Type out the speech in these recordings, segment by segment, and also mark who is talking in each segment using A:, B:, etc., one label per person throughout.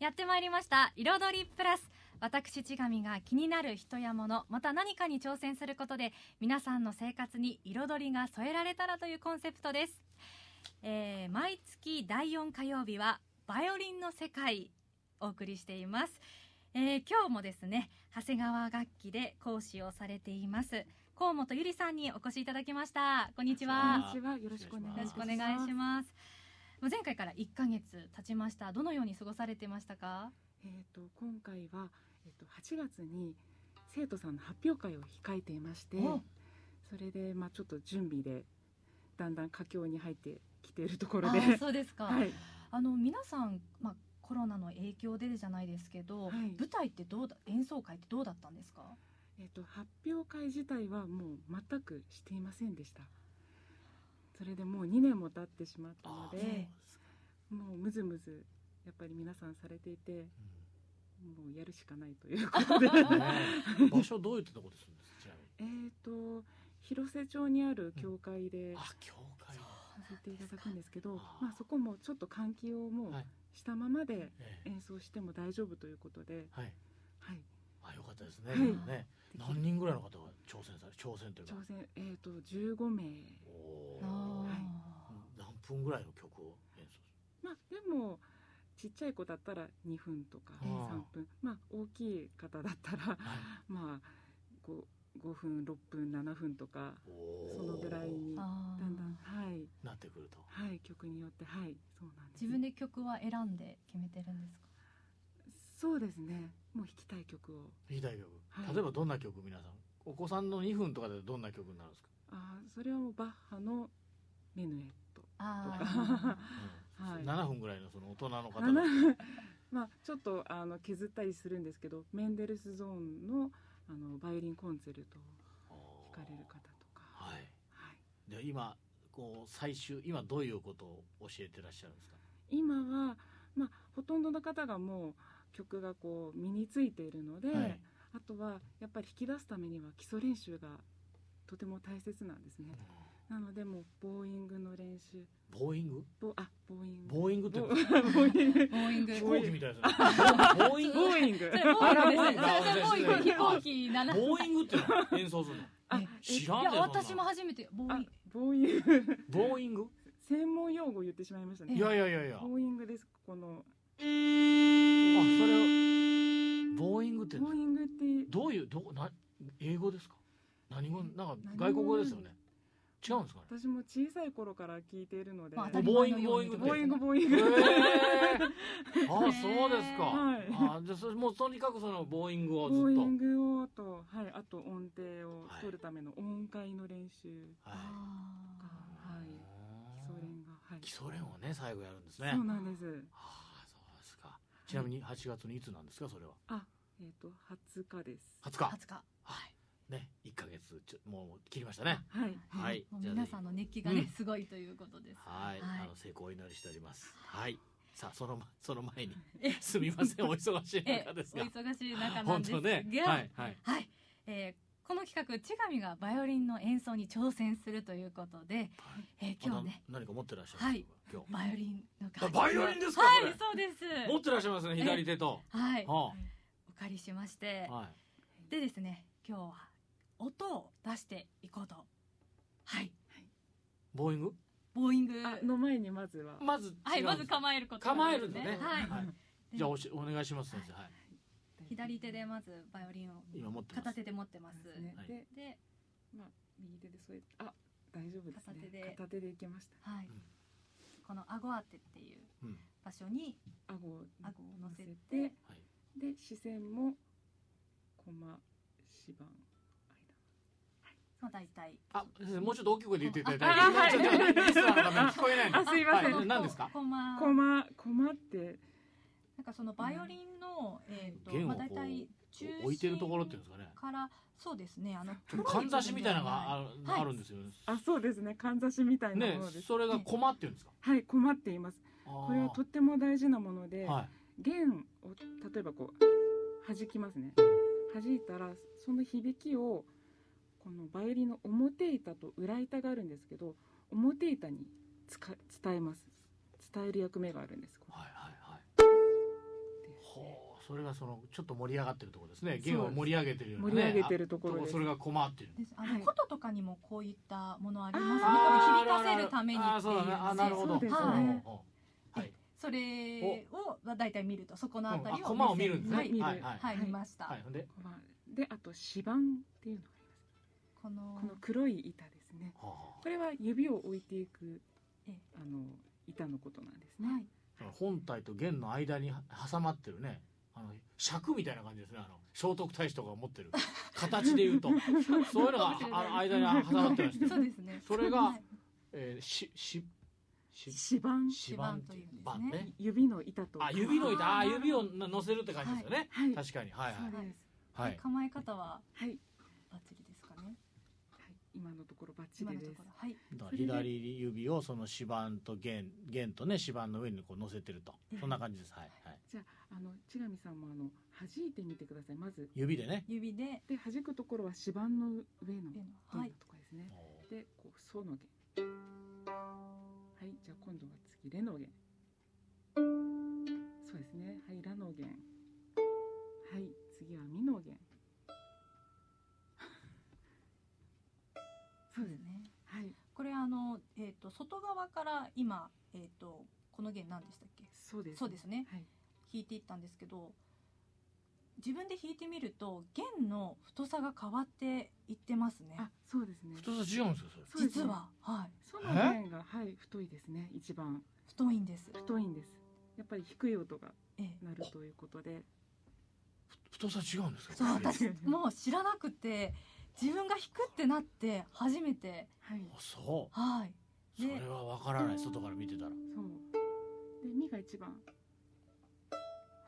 A: やってまいりました「彩りプラス」私千神が気になる人や物また何かに挑戦することで皆さんの生活に彩りが添えられたらというコンセプトです、えー毎月第4火曜日は「バイオリンの世界」お送りしています、えー今日もですね長谷川楽器で講師をされています河本ゆりさんにお越しいただきましたこんにちは
B: こんにちは。よろしくお願い
A: よろしくお願
B: しま
A: い
B: す
A: し。ます。もう前回から1ヶ月経ちました。どのように過ごされてましたか？
B: えっ、と今回はえっ、と8月に生徒さんの発表会を控えていまして
A: お、
B: それでまあちょっと準備でだんだん佳境に入ってきているところ
A: あ
B: で、
A: ー、そうですか。
B: はい。
A: あの皆さんまあコロナの影響でじゃないですけど、
B: はい
A: 舞台ってどうだ演奏会ってどうだったんですか？
B: えっ、と発表会自体はもう全くしていませんでした。それでもう2年も経ってしまったの
A: あー
B: で、もうむずむずやっぱり皆さんされていて、もうやるしかないということ で。
C: そうなんですね場所どういったところでするんですかちなみに
B: えっ、と広瀬町にある教会で。
C: あ教会の
B: させていただくんですけど、
C: あー
B: まあ、そこもちょっと換気をも
C: はいう
B: したままで
C: ええ
B: 演奏しても大丈夫ということで、
C: はい
B: はい、
C: あよかったですね、
B: はい
C: ね何人ぐらいの方が挑戦され挑戦というか
B: 挑戦、えー、と15名、
C: おお
A: あー
B: はい
C: 何分ぐらいの曲を演奏す
B: まあ、でもちっちゃい子だったら2分とか
C: あー
B: 3分まあ、大きい方だったら、
C: る、はい、
B: まあ、5, 5分6分7分とか
C: おー
B: そのぐらいにだ
A: あー
B: んだん、はい
C: なってくると
B: はい、曲によってはいそうなんです
A: 自分で曲は選んで決めてるんですか？
B: そうですねもう弾きたい曲を
C: 弾きたい曲、
B: はい
C: 例えばどんな曲皆さんお子さんの2分とかでどんな曲になるんですか、
B: あーそれはもうバッハの「メヌエット」
A: あ
C: うん
B: はい
C: 7分ぐらいのその大人の方
B: あ
C: の
B: の まあちょっとあの削ったりするんですけどメンデルスゾーンのあのバイオリンコンチェルト
C: お
B: を
C: ー
B: 弾かれる方とか、
C: は
B: はい
C: いで今こう最終今どういうことを教えてらっしゃるんですか
B: 今は、まあ、ほとんどの方がもう曲がこう身についているので、
C: はい
B: あとはやっぱり引き出すためには基礎練習がとても大切なんですねなのでもうボーイングの練習
C: ボーイング
B: ボあボーイング
C: ボーイングって言
B: ボー
C: うんですか
B: ボーイング
A: ーボーイング。そ
C: 飛 行機みた いですね
A: れボーイングですね。それボーイング
C: ボーイング あ
B: ボーイング
A: 飛行機なな。
C: ボーイングっていうの演奏するの
B: あ
A: ね
B: え
C: 知らん
A: い
C: ね
A: や
C: そんなの
A: 私も初めてボー
B: あ
A: イン
B: ボーイング
C: ボーイング
B: 専門用語言ってしまいましたね
C: いやいやいやいやあそ
B: ボーイングですこの
C: れをボーイングって
B: ボーイングって
C: どういうどうな英語ですか何語なんか
B: 何
C: 外
B: 語
C: 国語ですよね違うんですか ね
B: 私も小さい頃から聞いているので、
A: まあ当た
B: ボ
A: り前のように
C: ボ
B: ーイングボーイン
C: へ
B: グ、
C: ーああ
A: ね
C: そうですか、
B: はい
C: あーじゃあそれもうとにかくそのボーイングをず
B: ボー
C: っ
B: イ
C: と
B: ングをと、はい、あと音程を取るための音階の練習
C: はい
B: とか、
A: あ
B: はい、基礎練が、はい、
C: 基礎練をね最後やるんですね
B: そうなんです。
C: ああそうですかちなみに8月のいつなんですかそれは
B: あ、えっ、と20日です。
C: 20
A: ー
C: 日
A: 初か。
C: はいね1か月ちょもう切りましたね
B: はい、
C: はい
A: もう
C: じゃあ
A: 皆さんの熱気がね、
C: うん
A: すごいということです。
C: はい、
A: はい
C: あの成功をお祈りしております。はい、さあ、そのま、その前に、 すみません、お忙しい
A: え、
C: 中
A: お
C: ですが。
A: 忙しい中なん
C: 本
A: ですが、
C: 当ね、はい、はい、
A: はいえーこの企画、千神がバイオリンの演奏に挑戦するということで、えー今日ね、
C: な何か持ってらっしゃるんですか、
A: バイオリンの楽器を
C: あバイオリンですか
A: は
C: こ
A: い、
C: れ
A: そうです。
C: 今日。持ってらっしゃいますね、左手と。
A: はい、
C: は
A: お借りしまして
C: あ、、はい、
A: でですね、今日は音を出していこうと。はい、
C: ボーイング。
A: ボーイング。
B: あの前にまずは、
C: まず、
A: はい、
C: 違うん
A: ま
C: で
A: ず
C: すか
A: 構えることから
C: 構え
A: です
C: るん
A: ね
C: だね。
A: はい。
C: いじゃあ、おし、お願いします、先生。はい、
A: 左手でまずバイオリンを
C: 今持ってます。
A: 片手で持ってます。
B: ですね。
C: はい
B: で、
A: で、
B: まあ右手でそうやって、あ、大丈夫ですね。
A: 片手で
B: 片手でいけました。
A: はい、
C: うん
A: この顎当てっていう
C: うん、
A: 場所に
B: 顎を
A: 顎を乗せて、
C: はい。
B: で視線も駒指板
A: まあ、大体
C: あ、先生、もうちょっと大きい声で言っていただいて。
B: ああはい
C: ちょっとちょっとリスナーのために聞こえないの。
B: あすいません
C: は何ですか。
A: コマ
B: 間駒駒って
A: なんかそのバイオリンの、えっ、と
C: 弦を
A: ま
C: こ
A: あ
C: う
A: 大体中心
C: 置いてるところっていうんですかね。
A: からそうですねあの
C: ちょっとかんざしみたいなのが
A: あ
C: ある,、
A: はい
C: あるんですよね。
B: あそうですねかんざしみたいな
C: ね
B: ものです、
C: それが駒っていうんですか。
B: はい駒って言います
C: こ
B: これはとっても大事なもので、
C: は
B: 弦を例えばこう弾きますね弾いたらその響きをこのバイオリンの表板と裏板があるんですけど表板につか伝えます伝える役目があるんですこ
C: い、はいはいは
B: うやって
C: それがそのちょっと盛り上がってるところですね弦を盛り上げてるようなね
B: 盛り上げてるところで
C: あ
B: す
C: それが困ってる
A: ですあ
B: は
A: の
B: い
A: 琴とかにもこういったものありますね
B: あ
A: こう響かせるために
C: あ
A: って
C: ーそ
A: いうう
C: だねあなるほど
B: そうですね
C: うんうんうん
A: はい
C: はい
A: それをまあ大体見るとそこのあたり
C: あ
A: を
C: 駒を見るんですね
A: は
C: はい
A: い
B: 見る
C: はいはい
A: はい見ました、
C: はいほんで
B: まあであと指板っていうのがあります
A: この
B: この黒い板ですね
C: はあは
B: これは指を置いていく
A: ええ
B: あの板のことなんですね、
A: はい
C: あ本体と弦の間に挟まってるねあの尺みたいな感じですねあの聖徳太子とかが持ってる形で言うとそういうのがあの間に挟まってまして
A: そうですね
C: それが
A: はい
C: えー、ししし
B: 指板
C: 指板っていう
A: 指板
C: 板
A: というんですね
C: ね
B: 指の板と
C: あ指の板あ
A: あ
C: ー
A: ー
C: 指をな乗せるって感じですよね、
B: はい
C: 確かにはいはい
B: そうです
C: はい、
A: 構え方は
B: はい、はい、
A: バッチリですかね
B: 今のところバッチ
A: 今
B: リ
A: の
B: で
A: と
B: す
A: ころはい
C: だから
B: それで
C: 左指をその指板と弦弦とね指板の上にこう乗せてると
A: ええ
C: そんな感じですはい、はい、
B: じゃああの千上さんもあの弾いてみてくださいまず
C: 指でね
A: 指で
B: で弾くところは指板の上の
A: っていうのは
B: 弦
A: はい
B: のところですね、
C: お
B: でこうソの弦はいじゃあ今度は次レの弦そうですねはいラの弦はい次はミの弦
A: そうですね
B: はい
A: これあのえっ、と外側から今えっ、とこの弦何でしたっけ
B: そうです
A: そうですね
B: はい
A: 弾いていったんですけど自分で弾いてみると弦の太さが変わっていってますね
B: あそうですね
C: 太さ違うんですよそれ
B: そうです
A: 実
B: ね
A: ははい
B: ソの弦がはい太いですね一番
A: 太いんです
B: 太いんですやっぱり低い音が
A: ええ
B: 鳴るということで
C: 太さ違うんですか
A: そう私
B: ですよね
A: もう知らなくて自分が弾くってなって初めて
B: はい
C: あそ
A: はいう
C: そ
A: で
C: れはわからない外から見てたら、
B: そうでミが一番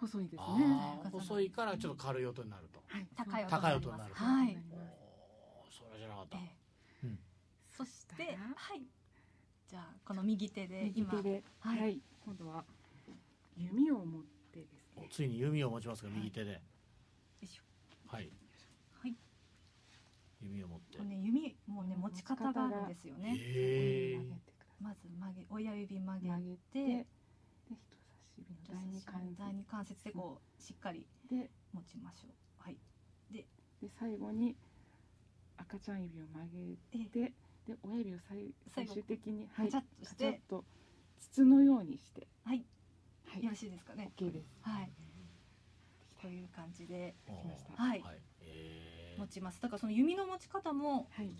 B: 細いですね
C: ああ
A: ね
C: 細いからちょっと軽い音になると、
B: はい
A: 高い音
C: 高い
A: に
C: 音
A: なり
C: にな
A: ます
C: る
A: は
B: そ
A: い
C: おーそ
B: うなります
C: れじゃなかった
A: え、え
C: うん
A: そして
B: したら
A: はいじゃあこの右手で
B: 右
A: 今
B: 手で、
A: はい
B: はい、今度は弓を持ってです
C: お
B: ね。
C: ついに弓を持ちますが右手で
A: いしょ
C: はい、
A: はい
C: 弓を持って、
A: もうね弓もうね持
B: 持
A: ち
B: ち
A: 方
B: 方
A: が
B: が
A: あるんですよね
C: ええ
B: 曲げてくだ
A: まず曲げ親指曲げ
B: さい。曲げて、
A: で
B: で人差し指の第二関
A: 第二関節でこうしっかり
B: 節で、
A: 持ちましょうはい
B: で最後に赤ちゃん指を曲げ
A: で
B: て、で親指を最
A: 最
B: 最
A: 後
B: 終的には
A: カ
B: い、
A: チャッと
B: カ
A: し
B: チャッ
A: て
B: と筒のようにして、
A: はい
B: はい、
A: よろしいですかね
B: OK です。
A: はいという感じで
C: おー
B: きました
A: はい
C: はいええ
A: 持ちますだからその弓の持ち方も
B: はい、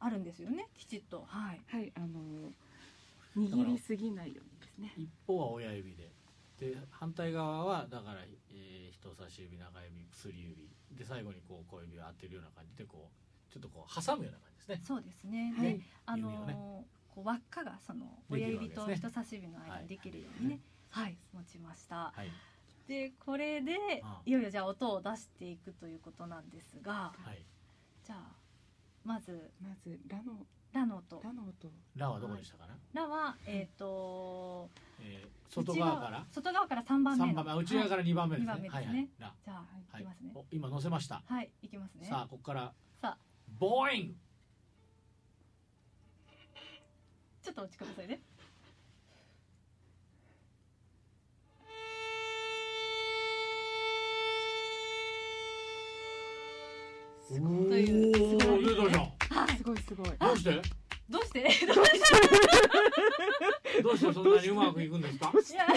A: あるんですよねきちっとはい
B: はい、あのー握りすぎないようにですね。
C: 一方は親指でで反対側はだから、えー人差し指中指薬指で最後にこう小指を当てるような感じでこうちょっとこう挟むような感じですね
A: そうですね
B: は
A: で
B: い、
A: あの
C: 指をね
A: こう輪っかがその
C: で
A: 親
C: きるわ
A: 指
C: けですね
A: と人差し指の間にできるようにねはい持ちました
C: はい
A: でこれで
C: あ
A: いよいよじゃあ音を出していくということなんですが
C: はい
A: じゃあまず
B: まずラの
A: ラの音
B: ラの音を
C: ラはどこでしたかな、
A: ラはえっ、と
C: えー外側か
A: 内
C: ら
A: 側外側から3番目の
C: 三番目あ内側から二番目ですね,、
A: はい二
C: は
A: 番
C: い
A: 目です
C: は
A: ね
C: いラ
A: じゃあ、、
B: はい
A: きますね
C: お今乗せました、
A: はいいきますね
C: さあここから
A: さあ
C: ボーイング
A: ちょっとお待ちくださいね
C: お
A: いという
C: ー出たじゃん
A: はい
B: すごいすごい。
C: どうして
A: どうして
C: どうしてそんなにうまくいくん ですか
A: いやこ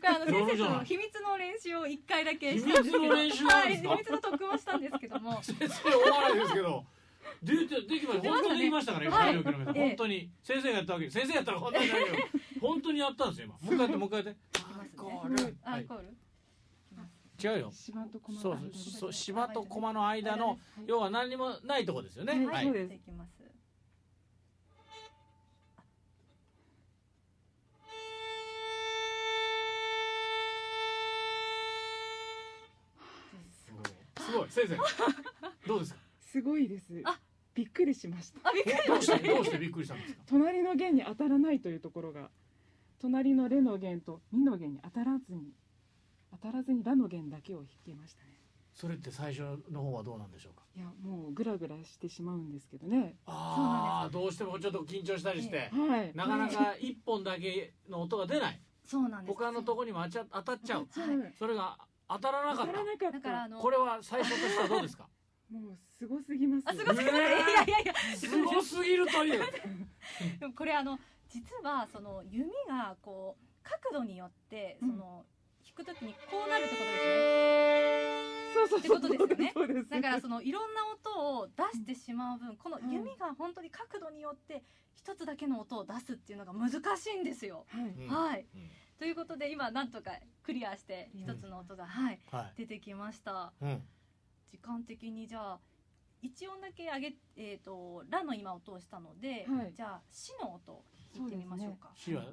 A: れあの先生
C: 上手じゃ
A: と
C: ない
A: の秘密の練習を一回だけ
C: 秘
A: し
C: 密
A: たんですけど
C: の練習なんですか、
A: はい、秘密の特訓をしたんですけ ども
C: 先生お笑いですけどででできました
A: 出ましたね
C: 本当にできましたから、
A: はい
C: 今ラジオの皆さん
A: ええ
C: 本当に先生がやったわけ先生やったら本当にや るよ本当にやったんですよ今もう一回やってもう一回やって
A: ますね
C: アイコール
A: ア
C: は
A: イ
C: い
A: コール、いきます
C: 違うよ
B: 芝と駒
C: そう
B: が入って
C: そう
B: る
C: そう芝と駒の間の
B: はい
C: 要は何にもないとこですよね
B: は
C: はいい、
B: そ
C: は
B: う
C: い
B: です
A: いきます。
C: すごい先生どうですか
B: すごいです
A: あ。
B: びっくりしました。
A: あ、 びっくりし
C: ど
A: ま
C: う
A: し
C: したてどうしてびっくりしたんですか
B: 隣の弦に当たらないというところが、隣のレの弦とミの弦に当たらずに、当たらずにラの弦だけを弾けましたね。
C: それって最初の方はどうなんでしょうか
B: いやもうグラグラしてしまうんですけどね。
C: ああどうしてもちょっと緊張したりして、
B: はい。
C: なかなか一本だけの音が出ない
A: そうなんです。
C: 他のとこにも当ちゃ当たっちゃう
B: はい
C: それが当たらなかっ
B: 当たらなかった
A: だからあの
C: た。これは最初としてはどうです か。
B: もうすごすぎます
A: あすごいすごいい
C: えー
A: やいやいや
C: すごすぎるという。
A: でもこれあの実はその弓がこう角度によってその引くときにこうなるってことですよね。
B: そうそうそう
A: ってことですよね
B: そうです
A: だからそのいろんな音を出してしまう分この弓が本当に角度によって一つだけの音を出すっていうのが難しいんですよ。
B: はい、
C: うん
A: はい
C: うん
A: ということで今なんとかクリアして一つの音が、はい、
C: は
A: 出てきました
C: い。うん。
A: 時間的にじゃあ一音だけ上げ、えー、とラの今音をしたので、
B: はい
A: じゃあシの音聞いてみましょうか。
C: 火は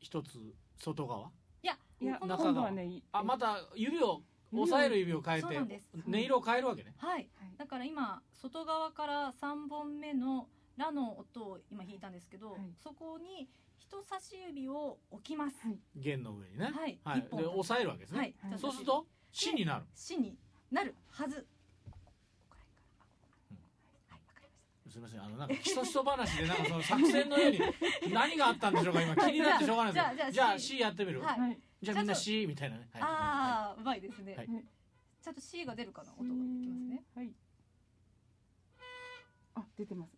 C: 一つ外側。
B: いや
A: こ
C: の
B: 今度はね
C: あ、また指を押さえる指を変え
A: そう
C: て
A: なんです
C: 音色を変えるわけね。
A: はい
B: はい
A: だから今外側から3本目のラの音を今弾いたんですけど、
B: はい
A: そこに人差し指を置きます。
C: 弦の上にね。
A: はい
C: はい。
A: 一本
C: で押さえるわけです
A: は
C: ね。
A: い
B: はい。
C: そうすると死になる。
A: 死になるはず。はいわかります
C: みません、あの、なんか、ひそひそ話で、なんか、その作戦のように、何があったんでしょうか、今、気になってしょうがない
A: じ
C: です
A: ゃあ
C: よ。
A: じ
C: じ
A: ゃあ
C: ゃあ、C やってみる。
A: はい
B: はい
C: じゃあ、みんな C みたいなね。はい
A: ああうまいですね。
C: はい
A: ちゃんと C が出るかな音がいきますね。
B: はいあ出てます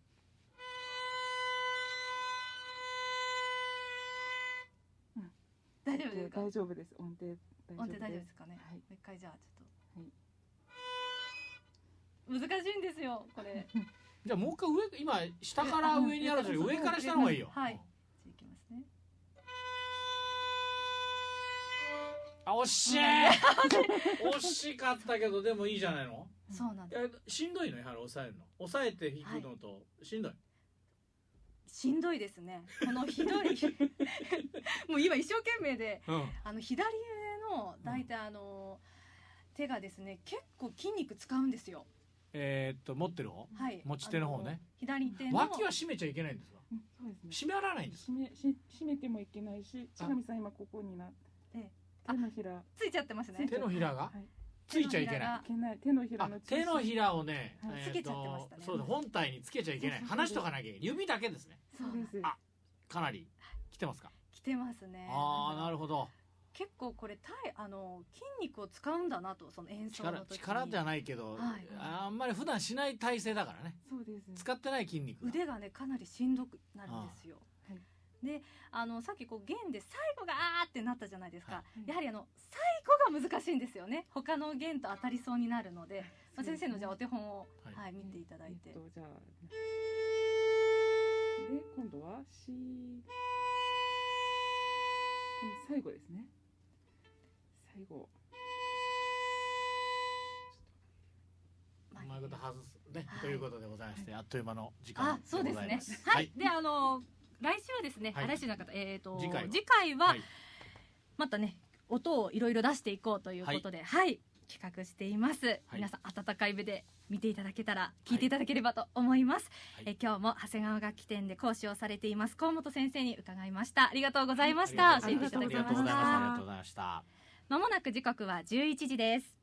A: 大丈夫ですか？
B: 大丈夫です音程大
A: 音
B: 丈夫
A: 程
B: です
A: 大丈夫ですかね。
B: はい
A: もう一回じゃあちょ
B: はい
A: っと、難しいんですよこれ。
C: じゃあ、もう一回上、今、下から上にあるんですよ。上から下の方がいいよ。
A: はいじゃあいきますね。
C: あ、惜しい惜しかったけど、でもいいじゃないの
A: そうなんで
C: えしんどいのやはり抑えるの。抑えて弾くのと、しんどい。
A: す。しんどいですね。このひどい もう今一生懸命で
C: うん。
A: あの左上の大体あの、手がですね結構筋肉使うんですよ。
C: えーっと、持ってる方
A: はい。
C: 持ち手の方ね
A: あ。左手の
C: 脇は締めちゃいけないんですか
B: うんそうですね
C: 締めらないんですか
B: 締めし締めてもいけないし
C: あ
B: 千神さん今ここにな
A: え
B: 手のひらい
A: ついちゃってますね。
C: 手のひらが
B: はい
C: ついちゃいけない。
B: けない手のひら
C: あ
B: の中
C: 手
B: 心
C: のひらをね、
B: はい
C: えー
A: つけちゃってましたね
C: とそうだ本体につけちゃ いけない
B: そうそうそう
C: 話しとかなきゃいけない指だけですね
B: そうです
C: あかなり来てますか、
A: 来てますね。
C: ああな
A: る
C: るほど
A: 結構これ体あの筋肉を使うんだなとその演奏の
C: 力
A: 時に
C: 力じゃないけど、
A: はい
C: あんまり普段しない体勢だからね
B: そうです
C: 使ってない筋肉が
A: 腕がねかなりしんどくなるんですよ。
B: あは
A: であのさっきこう弦で最後があーってなったじゃないですか、
C: はい
A: やはりあの最後が難しいんですよね他の弦と当たりそうになるのでまあ、先生のじゃあお手本を、
C: はい
A: はい見ていただいて、
B: えっとじ ゃあで今度は C この最後ですね最後
A: ま
C: うまいこと外すね、
A: はい
C: ということでございまして、あっという間の時間
A: あそうです
C: ござい
A: ね
C: まし。た
A: はい、であの来週はですね、
C: はい
A: あ来週の方えっ、と
C: 次回は
A: は
C: はい
A: またね音をいろいろ出していこうということで、はい、企画しています、皆さん温かい目で見ていただけたら聞いていただければと思います、
C: はい
A: え今日も長谷川楽器店で講師をされています河本先生に伺いましたありがとうございました、
C: あ
A: 教
C: り
A: え
C: が
A: てい
C: と
A: た
C: う
A: だ
C: ござい
A: きま
C: ましたありがとうございましたありが
A: した
C: とうございました
A: まもなく時刻は11時です